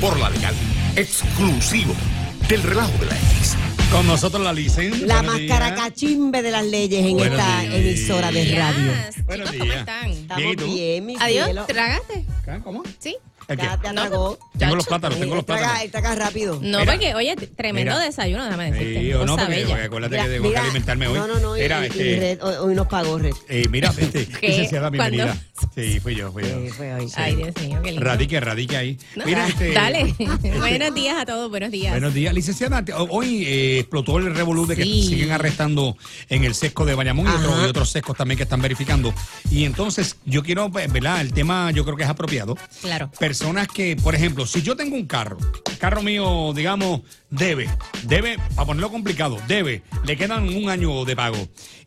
por la legal. Exclusivo del relajo de la X. Con nosotros la licencia. La Buenos máscara días. cachimbe de las leyes en Buenos esta días. emisora de radio. Yes. Buenos Chicos, ¿cómo días. están? Bien, ¿y Estamos tú? bien, mi cielo. Adiós, trágate. ¿Qué? ¿Cómo? Sí. ¿El qué? Ya te No, atragó. Tengo los Chacho. plátanos, tengo los Él traga, plátanos. él traga rápido. No, Mira. porque, oye, tremendo Mira. desayuno, déjame decirte. Sí, o no, Cosa porque, bella. porque acuérdate Mira, que tengo mira, que alimentarme hoy. No, no, no. y- Mira, y- y este, Red hoy, hoy nos pagó Red. eh, mira, este, ¿Qué? licenciada, ¿Cuándo? bienvenida. Sí, fui yo, fui yo. Sí, fue hoy, sí. Ay, Dios mío, qué lindo. Radique, radique ahí. No, Mira, da- este, Dale. buenos días a todos, buenos días. Buenos días. Licenciada, te- hoy eh, explotó el revolú de que Sí. siguen arrestando en el sesco de Bayamón y, otro- Ajá. y otros sescos también que están verificando. Y entonces, yo quiero, pues, ¿verdad? El tema yo creo que es apropiado. Claro. Personas que, por ejemplo, si yo tengo un carro, el carro mío, digamos, debe, debe, para ponerlo complicado, debe, le quedan un año de pago.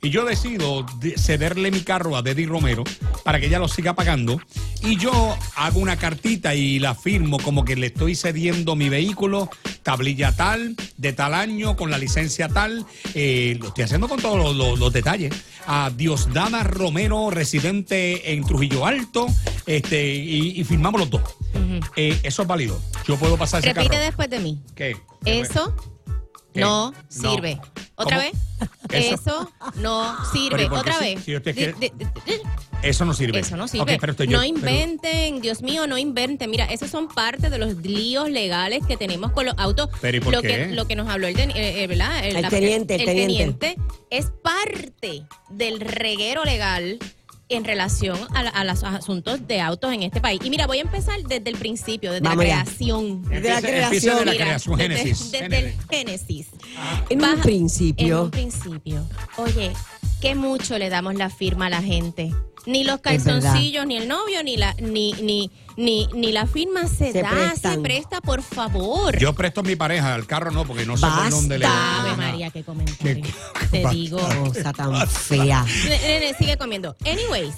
Y yo decido de- cederle mi carro a Deddy Romero para que ella lo siga pagando. Y yo hago una cartita y la firmo como que le estoy cediendo mi vehículo, tablilla tal, de tal año, con la licencia tal. eh, lo estoy haciendo con todos los, los- los detalles. A Diosdana Romero, residente en Trujillo Alto, este, y, y firmamos los dos. Eh, eso es válido. Yo puedo pasar ese Repite carro. después de mí. ¿Qué? Eso ¿Qué? no Eh, No. sirve. ¿Otra ¿Cómo? vez? Eso, no Pero, ¿y sirve. por qué ¿Otra si- vez? si usted Di- quiere- di- di- di- Eso no sirve. Eso no sirve. Ok, pero estoy yo- no pero- inventen, Dios mío, no inventen. Mira, esos son parte de los líos legales que tenemos con los autos. Pero, ¿y por lo qué? que lo que nos habló el, ten- eh, eh, ¿verdad? El la- teniente, el teniente teniente. es parte del reguero legal en relación a, la- a los asuntos de autos en este país. Y mira, voy a empezar desde el principio, desde Vamos la ya. creación. De la Empieza- empieza creación. de la Mira, creación, desde- Génesis. Desde, Génesis. el Génesis. En un Baja- principio. En un principio. Oye, qué mucho le damos la firma a la gente. Ni los Es verdad. calzoncillos, ni el novio, ni la, ni, ni, ni, ni la firma se, Se da, se prestan. presta, por favor. Yo presto a mi pareja, al carro no, porque no sé por Basta. dónde le. Ave María, qué comentario. Qué- Te digo. Cosa tan fea. Nene, sigue comiendo. Anyways,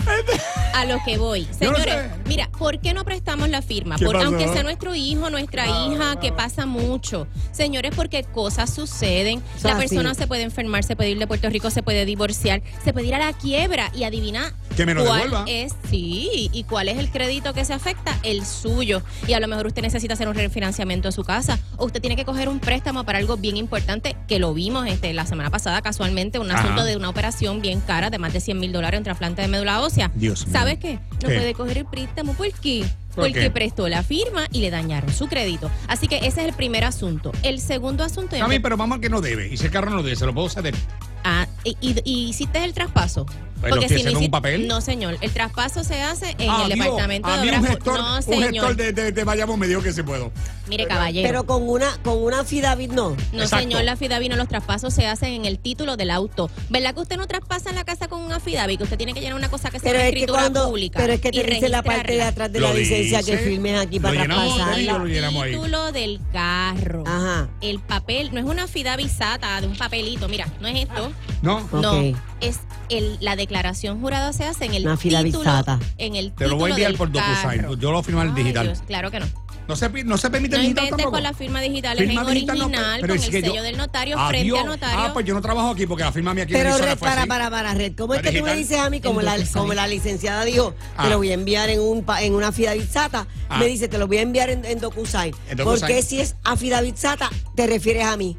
a lo que voy. Yo no sé. Señores, mira, ¿por qué no prestamos la firma? ¿Qué Por- pasó? Ah, aunque sea nuestro hijo, nuestra hija, que pasa mucho. Señores, porque cosas suceden. Eso es La así. persona se puede enfermar, se puede ir de Puerto Rico, se puede divorciar, se puede ir a la quiebra y adivina. Que me lo cuál devuelva. Es, sí, y cuál es el crédito que se afecta, el suyo. Y a lo mejor usted necesita hacer un refinanciamiento de su casa o usted tiene que coger un préstamo para algo bien importante que lo vimos este, la semana pasada casualmente, un Ajá. asunto de una operación bien cara de más de 100 mil dólares en trasplante de médula ósea. Dios mío. ¿Sabes qué? No ¿Qué? puede coger el préstamo. ¿Por qué? ¿Por Porque qué? prestó la firma y le dañaron su crédito. Así que ese es el primer asunto. El segundo asunto es... A mí, pero vamos a que no debe. Y si el carro no debe, se lo puedo ceder. Ah, y, y- y hiciste el traspaso. Pues lo que hicieron un papel. No, señor. El traspaso se hace en Ah, el Dios, departamento a de mí obras un pu- gestor, No, un señor. gestor de, de, de Bayamón me dijo que se puedo. Mire, caballero. Pero con una, con una fidavit no. No, Exacto. señor, la affidavit no, los traspasos se hacen en el título del auto. ¿Verdad que usted no traspasa en la casa con un affidavit? Que usted tiene que llenar una cosa que se Pero llama es que escritura cuando, pública. pero es que te y dice la parte de registrarla. atrás de Lo la licencia que dice. firmes aquí Lo para llenamos, traspasarla. Corillo, lo llenamos ahí. título del carro. Ajá. El papel, no es una affidavit sata de un papelito, mira, no es esto. No, Ok. No, es el, la declaración jurada se hace en el Una affidavit título. sata. En el te lo voy a enviar título del por carro. DocuSign. Yo lo firmo en Ay, digital. Dios, claro que no. No se, pi- no se permite No digital inventes tampoco. con la firma digital, Firma es en digital no, original, pero con el es que sello yo- del notario, Adiós. frente al notario. Ah, pues yo no trabajo aquí porque la firma mía aquí en Pero Arizona Red, fue así. para, para, para, Red. ¿Cómo es Para que tú me digital. dices a mí, como El la, DocuSign. como la licenciada dijo, Ah. te lo voy a enviar en un pa- en una afidavitsata, Ah. me dice, te lo voy a enviar en, en DocuSign. En ¿Por DocuSign. qué si es afidavitsata te refieres a mí?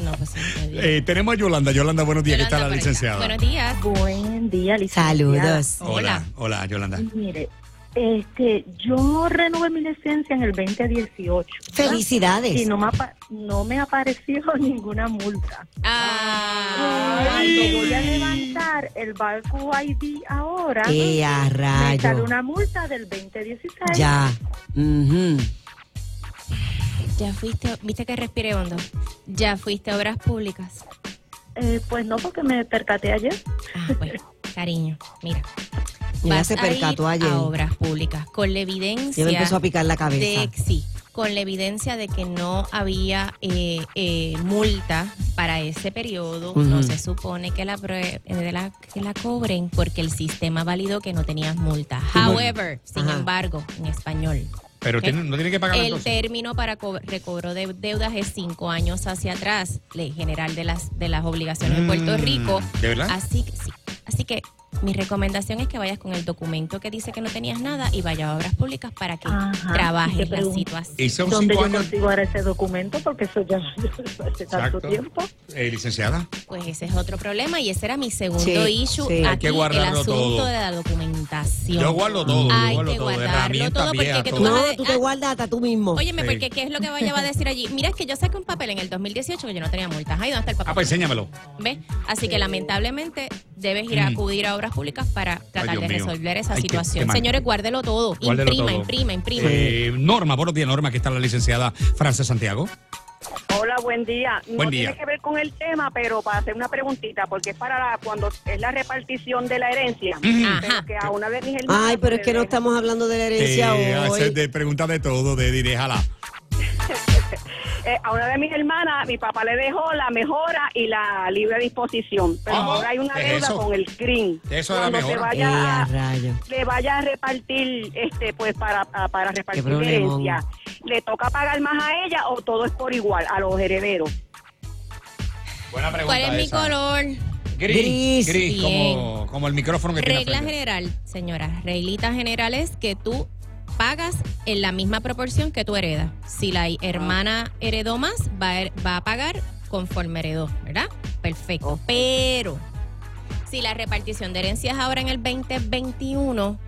No, pues, sí, Dios. Eh, tenemos a Yolanda. Yolanda, buenos días. ¿Qué Yolanda, tal la por acá. licenciada? Buenos días. Buen día, licenciada. Saludos. Hola, hola, Yolanda. Mire, este, yo renové mi licencia en el 2018. ¿verdad? Felicidades. Y no me, apa- no me apareció ninguna multa. Ah. Cuando voy a levantar el Barco ID ahora, ¡Qué Eh, a me rayo! sale una multa del 2016. Ya. Ujú. Ya fuiste, viste que respiré hondo. Ya fuiste a obras públicas. Eh, pues no, porque me percaté ayer. Ah, pues, cariño, mira. Mira, vas se a percató ir ayer. a obras públicas con la Ya evidencia me empezó a picar la cabeza. de sí, con la evidencia de que no había eh, eh, multa para ese periodo. No Ujú. se supone que la, prue- eh, de la que la cobren porque el sistema validó que no tenías multa. However, sin Ajá. embargo, en español. Pero ¿ok? usted no- no tiene que pagar Eh, El entonces. término para co- recobro de deudas es cinco años hacia atrás, ley general de las de las obligaciones de Puerto Mm, Rico. ¿de verdad? Así que sí. Así que Mi recomendación es que vayas con el documento que dice que no tenías nada y vayas a obras públicas para que Ajá, y te trabajes la pregunto. situación. Y son ¿Dónde cinco yo años. consigo ahora ese documento? Porque eso ya hace tanto Exacto. tiempo. Eh, licenciada. Pues ese es otro problema y ese era mi segundo Sí, issue. sí. Hay que Aquí el guardarlo asunto todo. de la documentación. Yo guardo todo, yo Hay guardo que todo, guardarlo herramientas todo porque viejas, que tú todo. vas a No, de- tú te ah, guardas hasta tú mismo. Óyeme, Sí. porque ¿qué es lo que Vaya va a decir allí? Mira, es que yo saqué un papel en el 2018 que yo no tenía multas. Ahí ¿dónde está el papel? Ah, pues enséñamelo. ¿Ves? Así que lamentablemente debes ir a Mm. acudir a obras públicas para tratar Dios de mío. resolver esa Ay, qué- qué situación. mal. Señores, guárdelo todo. Guárdelo imprima, todo. imprima, imprima, Eh, Norma, buenos días, Norma. Aquí está la licenciada Frances Santiago. Hola, buen día. No Buen día. tiene que ver con el tema, pero para hacer una preguntita, porque es para la- cuando es la repartición de la herencia. Ajá. Pero que a una de mis hermanas Ay, pero es que no le- estamos hablando de la herencia Eh, hacer hoy. de preguntas de todo, de diré, jala. eh, a una de mis hermanas, mi papá le dejó la mejora y la libre disposición. Pero Ah, ahora hay una ¿qué es deuda eso? con el CRIM. Eso de la Cuando se mejora. Eh, vaya a a- rayo. le vaya a repartir, este, pues para, a- para repartir la problemón. herencia, ¿le toca pagar más a ella o todo es por igual a los herederos? Buena pregunta. ¿Cuál es mi esa. color? eh. Gris. Gris, Gris. como, como el micrófono que tiene. Regla al frente. general, señora. Reglita general es que tú pagas en la misma proporción que tú heredas. Si Ah. la hermana heredó más, va a, her- va a pagar conforme heredó, ¿verdad? Perfecto. Pero si la repartición de herencias ahora en el 2021,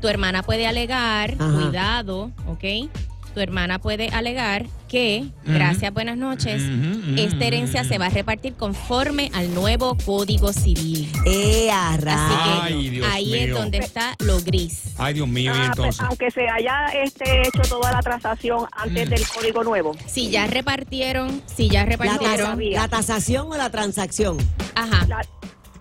tu hermana puede alegar, Ajá. cuidado, ¿ok? Tu hermana puede alegar que, Ujú. gracias, buenas noches, Ujú, ujú, esta herencia ujú. se va a repartir conforme al nuevo Código Civil. Eh, a rayo. Así Ay, que Dios ahí es mío. donde está lo gris. Ay, Dios mío, Ah, y pues, entonces. aunque se haya este, hecho toda la transacción antes Mm. del código nuevo. Si ya repartieron, si ya La, tasa- repartieron, todavía. la tasación o la transacción. ajá. La-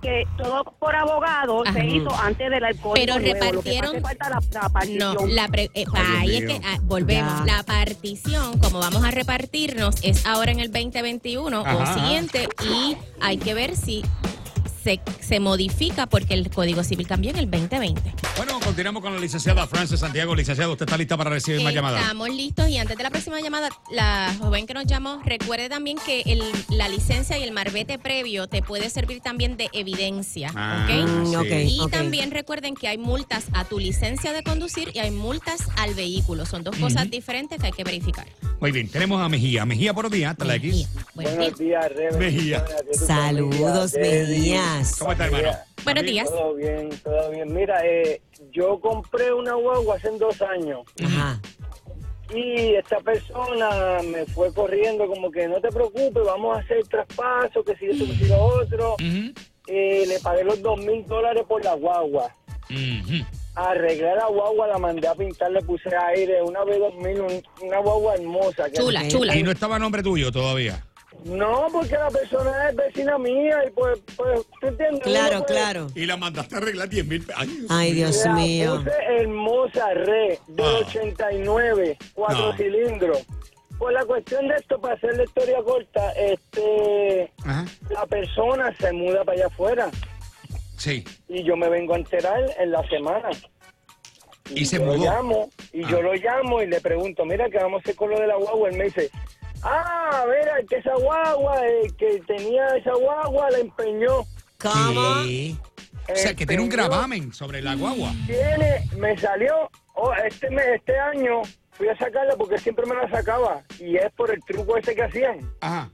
que todo por abogado Ajá. se hizo antes del código Pero nuevo. Lo que repartieron- hace falta la, la partición. No, la pre- eh, Ay, ahí Dios es que mío. ah, volvemos. Ya. La partición, como vamos a repartirnos, es ahora en el 2021 Ajá, ajá. o siguiente y hay que ver si se, se modifica porque el Código Civil cambió en el 2020. Bueno, continuamos con la licenciada Frances Santiago. Licenciada, ¿usted está lista para recibir más llamadas? Estamos listos y antes de la próxima llamada, la joven que nos llamó, recuerde también que el- la licencia y el marbete previo te puede servir también de evidencia, Ah, ¿ok? Mm, sí. ok. Y también recuerden que hay multas a tu licencia de conducir y hay multas al vehículo. Son dos cosas diferentes que hay que verificar. Muy bien, tenemos a Mejía. Mejía, buenos días. Hasta la X. Mejía. Buenos días. Buenos días, Rebe. Mejía. Buenos días, tu Saludos, familia, Debbie. Mejías. ¿Cómo está, hermano? Buenos Bien. días. Todo bien, todo bien. Mira, eh, yo compré una guagua hace dos años Ajá. y esta persona me fue corriendo como que no te preocupes, vamos a hacer traspaso, que si esto, que si lo otro. Ujú, Eh, le pagué los dos mil dólares por la guagua. ujú. Arreglé la guagua, la mandé a pintar, le puse aire, una B2000, un- una guagua hermosa. que- Chula, Ok. chula. Y no estaba a nombre tuyo todavía. No, porque la persona es vecina mía y pues, pues ¿tú entiendes? Claro, Uno, pues, claro. Y la mandaste a arreglar 10 mil pesos. Ay, Dios La mío. puse hermosa re de Ah. 89, cuatro No. cilindros. Por la cuestión de esto, para hacer la historia corta, este, Ajá. la persona se muda para allá afuera Sí. y yo me vengo a enterar en la semana. Y se yo lo mudó. llamo, y Ah. yo lo llamo y le pregunto, mira, ¿qué vamos a hacer con lo de la guagua? Él me dice, ah, mira, que esa guagua, el que tenía esa guagua la empeñó. ¿Cómo? ¿Qué? O sea, que tiene un Empeñó. gravamen sobre la guagua. tiene, me salió, oh, este mes, este año fui a sacarla porque siempre me la sacaba y es por el truco ese que hacían. Ajá.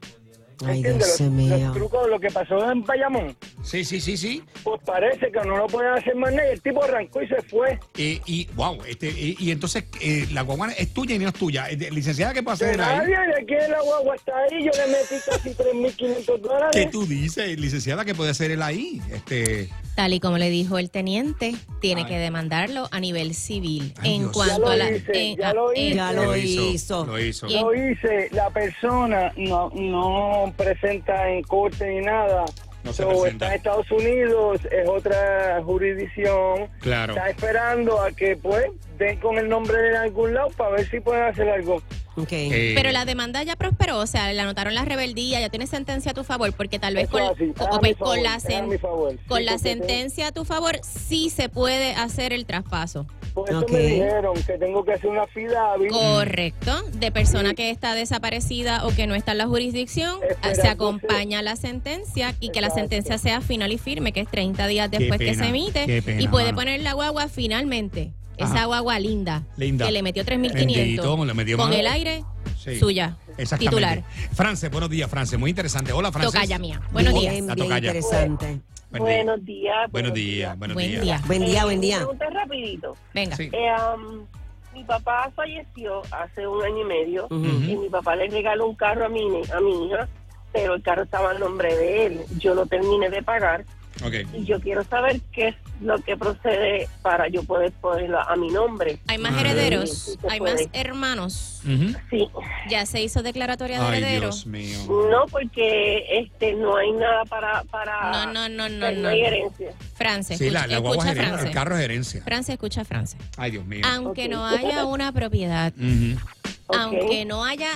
Ay, ¿Entiendes? Dios Los, los mío. trucos, lo que pasó en Bayamón, Sí, sí, sí, sí. pues parece que no lo pueden hacer más nada y el tipo arrancó y se fue. Eh, y, wow, este, y, y entonces eh, la guagua es tuya y no es tuya. Eh, de- licenciada, ¿qué pasa De de ahí? nadie de aquí en la guagua está ahí, yo le metí casi 3.500 ¿Qué dólares. tú dices, licenciada, que puede hacer él ahí? Este, Tal y como le dijo el teniente, tiene Ay. que demandarlo a nivel civil. Ay, en Dios. cuanto Ya a lo la. hice, en- ya a- eh, lo en- hice. Ya lo hizo. Lo hizo. Ah, Y- Lo hice, la persona no, no presenta en corte ni nada. No se So, presenta. está en Estados Unidos, es otra jurisdicción. Claro. Eh, Está esperando a que pues den con el nombre de algún lado para ver si pueden hacer algo. Ok. Eh, Pero la demanda ya prosperó, o sea, le anotaron la rebeldía, ya tiene sentencia a tu favor, porque tal vez Eso con, así, co- era pues, mi favor, con la, era sen- mi favor. con Sí, la porque tengo- sentencia a tu favor sí se puede hacer el traspaso. Por eso Ok. me dijeron que tengo que hacer una fila Correcto, de persona que está desaparecida o que no está en la jurisdicción, Espera, se acompaña la sentencia y que la Exacto. sentencia sea final y firme, que es 30 días Qué después que pena, se qué emite, pena, y puede mano. poner la guagua finalmente, Ajá. esa guagua linda, Linda. que le metió Bendito, 3.500 le metió con mano. el aire Sí. suya, Exactamente. titular. France, buenos días, France. Muy interesante. Hola, France. Tocaya mía. Buenos bien, días. La bien tocaya. interesante. Buen día. Buenos días. Eh, Buenos días, buenos Buen días. día. Buen día, buen día. Pregunta rapidito. Venga. Sí. Eh, um, mi papá falleció hace un año y medio y mi papá le regaló un carro a mi, ne- a mi hija, pero el carro estaba en nombre de él. Yo lo terminé de pagar Ok. y yo quiero saber qué es lo que procede para yo poder ponerlo a mi nombre. Hay más Ah. herederos, Sí, se hay puede. más hermanos. Ujú. Sí, Ya se hizo declaratoria de Ay, Dios herederos. mío. no porque este no hay nada para para No, no, no, no, pues, no. no hay herencia. France, Sí, la, escucha- la guagua es escucha Ah, herencia. El France. carro es herencia. France, escucha France. Ay, Dios mío. Aunque Ok. no haya una propiedad, Ujú. Ok. aunque no haya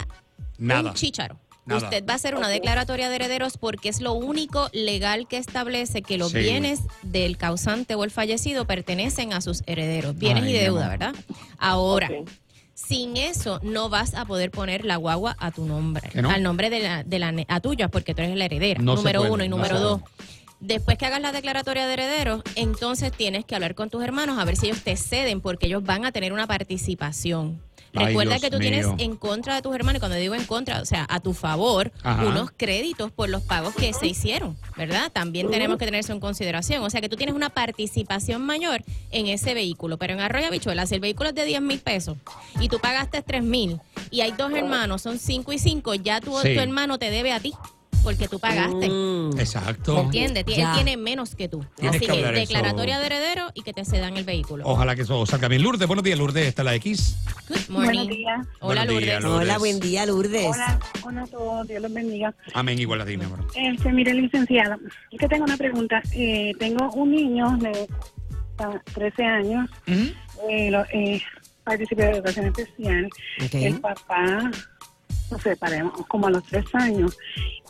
Nada. un chicharo. Nada. Usted va a hacer una declaratoria de herederos porque es lo único legal que establece que los Sí. bienes del causante o el fallecido pertenecen a sus herederos, bienes Ay, y mi deuda, amor. ¿verdad? Ahora, Ok. sin eso no vas a poder poner la guagua a tu nombre, ¿Que no? al nombre de la, de la ne- a tuya, porque tú eres la heredera, No se número puede, uno y no número se dos. Después que hagas la declaratoria de herederos, entonces tienes que hablar con tus hermanos a ver si ellos te ceden, porque ellos van a tener una participación. Ay, Recuerda Dios que tú tienes mío. en contra de tus hermanos, y cuando digo en contra, o sea, a tu favor, Ajá. unos créditos por los pagos que se hicieron, ¿verdad? También tenemos que tener eso en consideración. O sea, que tú tienes una participación mayor en ese vehículo. Pero en Arroyo Habichuela, si el vehículo es de 10 mil pesos y tú pagaste 3 mil y hay dos hermanos, son 5 y 5, ya tu, Sí. tu hermano te debe a ti porque tú pagaste. Mm. Exacto. ¿Me entiendes? Ti- Él Ya. tiene menos que tú. Tienes Así que que, hablar eso. declaratoria de heredero y que te cedan el vehículo. Ojalá que eso salga bien. Lourdes, buenos días, Lourdes. Está la X. Good morning. Buenos días. Hola, Buenos días, Lourdes. Lourdes. Hola, buen día, Lourdes. Hola, hola a todos, Dios los bendiga. Amén, igual a ti, mi amor. Este, mire, licenciada, es que tengo una pregunta. Eh, tengo un niño de ah, 13 años, Ujú. eh, lo- eh, participé de educación especial. Ok. El papá nos separamos como a los 3 años.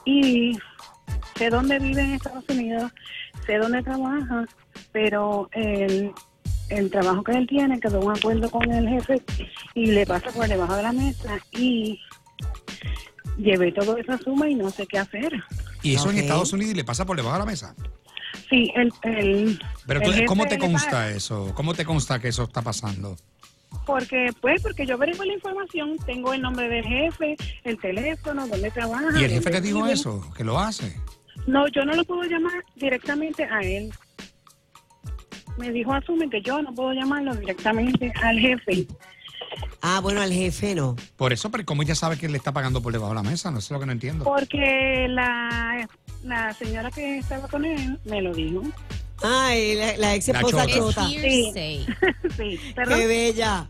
Y sé dónde vive en Estados Unidos, sé dónde trabaja, pero el, el trabajo que él tiene quedó un acuerdo con el jefe y le pasa por debajo de la mesa y llevé toda esa suma y no sé qué hacer. Y eso Ok. en Estados Unidos y le pasa por debajo de la mesa. Sí, el, el, Pero el tú- jefe ¿cómo te le consta eso? ¿Cómo te consta que eso está pasando? paga. Porque, pues, porque yo averiguo la información, tengo el nombre del jefe, el teléfono, dónde trabaja. ¿Y el jefe dónde te dijo vive. eso? ¿Que lo hace? No, yo no lo puedo llamar directamente a él. Me dijo asume que yo no puedo llamarlo directamente al jefe. Ah, bueno, al jefe no. Por eso, pero como ella sabe que le está pagando por debajo de la mesa, no sé lo que no entiendo. Porque la, la señora que estaba con él me lo dijo. Ay, la, la ex La esposa chota. chota. Es hearsay. Sí, perdón. Qué bella.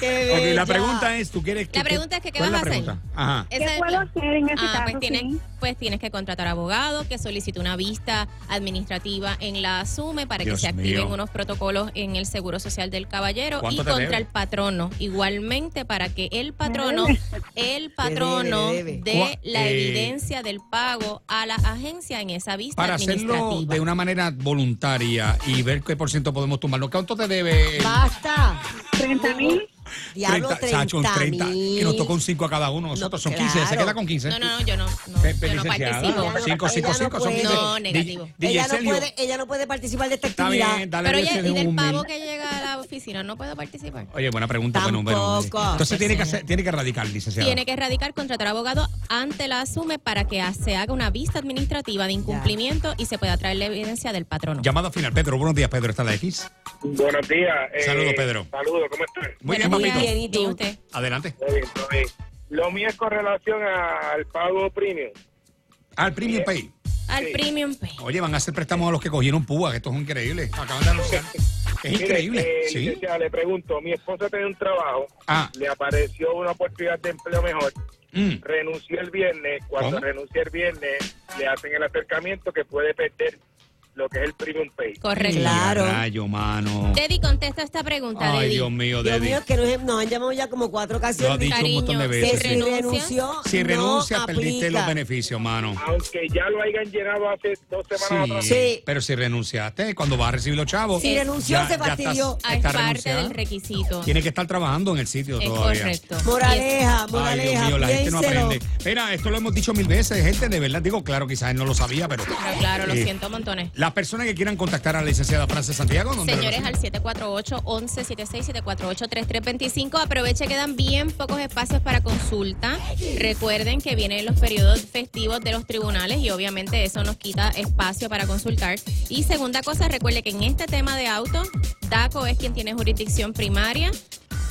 Qué bella. Ok, la pregunta es, ¿tú quieres que... La pregunta es que, ¿qué cuál vas la a hacer? pregunta? Ajá. ¿Qué Esa es puedo la- hacer en ese Ah, caso? pues tienes, Sí. pues tienes que contratar abogado que solicite una vista administrativa en la ASUME para Dios que se activen mío. unos protocolos en el Seguro Social del Caballero y ¿Cuánto te contra debe? el patrono. Igualmente para que el patrono, el patrono debe. Cua- dé la eh, evidencia del pago a la agencia en esa vista Para hacerlo administrativa. de una manera voluntaria y ver qué por ciento podemos tumbarlo. ¿Cuánto te debe? el- Basta. 30 mil. Diablo, 30, Sacho, un 30, Que nos tocó un 5 a cada uno. Nosotros son 15. Se claro. queda con 15. No, no, no, yo no, no, Pe- pe- yo no licenciada, participo. Ella no- 5, 5, ella no 5, son puede. 15. No, Di- negativo. DJ ella, no Sergio, puede, ella no puede participar de esta Está actividad. bien, dale Pero ese oye, de y del un pavo mil. que llega a la oficina no puedo participar. Oye, buena pregunta. Bueno, bueno. Tampoco. Entonces tiene que, Señor. hacer, tiene que erradicar, licenciada. pues, Tiene que erradicar, contratar abogado ante la ASUME para que se haga una vista administrativa de incumplimiento y se pueda traer la evidencia del patrono. Llamada final. Pedro, buenos días, Pedro. Está la X. Buenos días. eh, Saludos, Pedro. Saludos, ¿cómo están? Muy bien, papito. Buenos días, Bien, ¿y tú? bien usted. Adelante. Muy bien, muy bien. Lo mío es con relación al pago premium. Al Premium Pay. Al Premium Pay. Oye, van a hacer préstamos a los que cogieron púas. Esto es increíble. Acaban de anunciar. Es Mire, increíble. eh, Sí. licenciada, le pregunto, mi esposa tenía un trabajo, Ah. le apareció una oportunidad de empleo mejor, Mm. renunció el viernes, cuando ¿Cómo? renuncia el viernes le hacen el acercamiento que puede perder lo que es el premium pay. Correcto. Claro. Rayo, mano. Teddy, contesta esta pregunta, Ay, Deddy. Dios mío, Dios Deddy. mío, que nos, nos han llamado ya como cuatro Lo has ocasiones. dicho un montón de Cariño, veces. se sí. Si renuncia. renunció, Si renuncia, no perdiste aplica. los beneficios, mano. Aunque ya lo hayan llenado hace dos semanas atrás. Sí, Sí. pero si renunciaste, cuando vas a recibir los chavos. Si renunció, se fastidió. estás- es estás parte renunciada. del requisito. Tiene que estar trabajando en el sitio Es todavía. correcto. Moraleja, Ay, Dios moraleja, mío, la gente no piénselo. aprende. Mira, esto lo hemos dicho mil veces, gente, de verdad. Digo, claro, quizás él no lo sabía, pero. Pero Ah, claro, lo Eh, siento montones. Las personas que quieran contactar a la licenciada Frances Santiago, ¿dónde lo Señores, consiguen? al 748-1176-748-3325. Aproveche, quedan bien pocos espacios para consulta. Recuerden que vienen los periodos festivos de los tribunales y obviamente eso nos quita espacio para consultar. Y segunda cosa, recuerde que en este tema de auto, DACO es quien tiene jurisdicción primaria.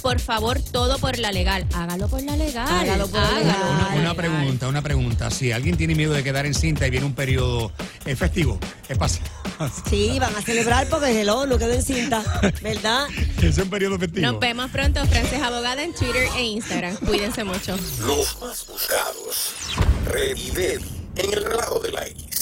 Por favor, todo por la legal. Hágalo por la legal. Hágalo por la legal. Una, Ay, una pregunta, una pregunta. Si alguien tiene miedo de quedar en cinta y viene un periodo eh, festivo, es pas- Sí, van a celebrar porque hello, no quedó en cinta, ¿verdad? es un periodo festivo. Nos vemos pronto, Frances Abogada, en Twitter e Instagram. Cuídense mucho. Los más buscados. Revive en el relajo de la X.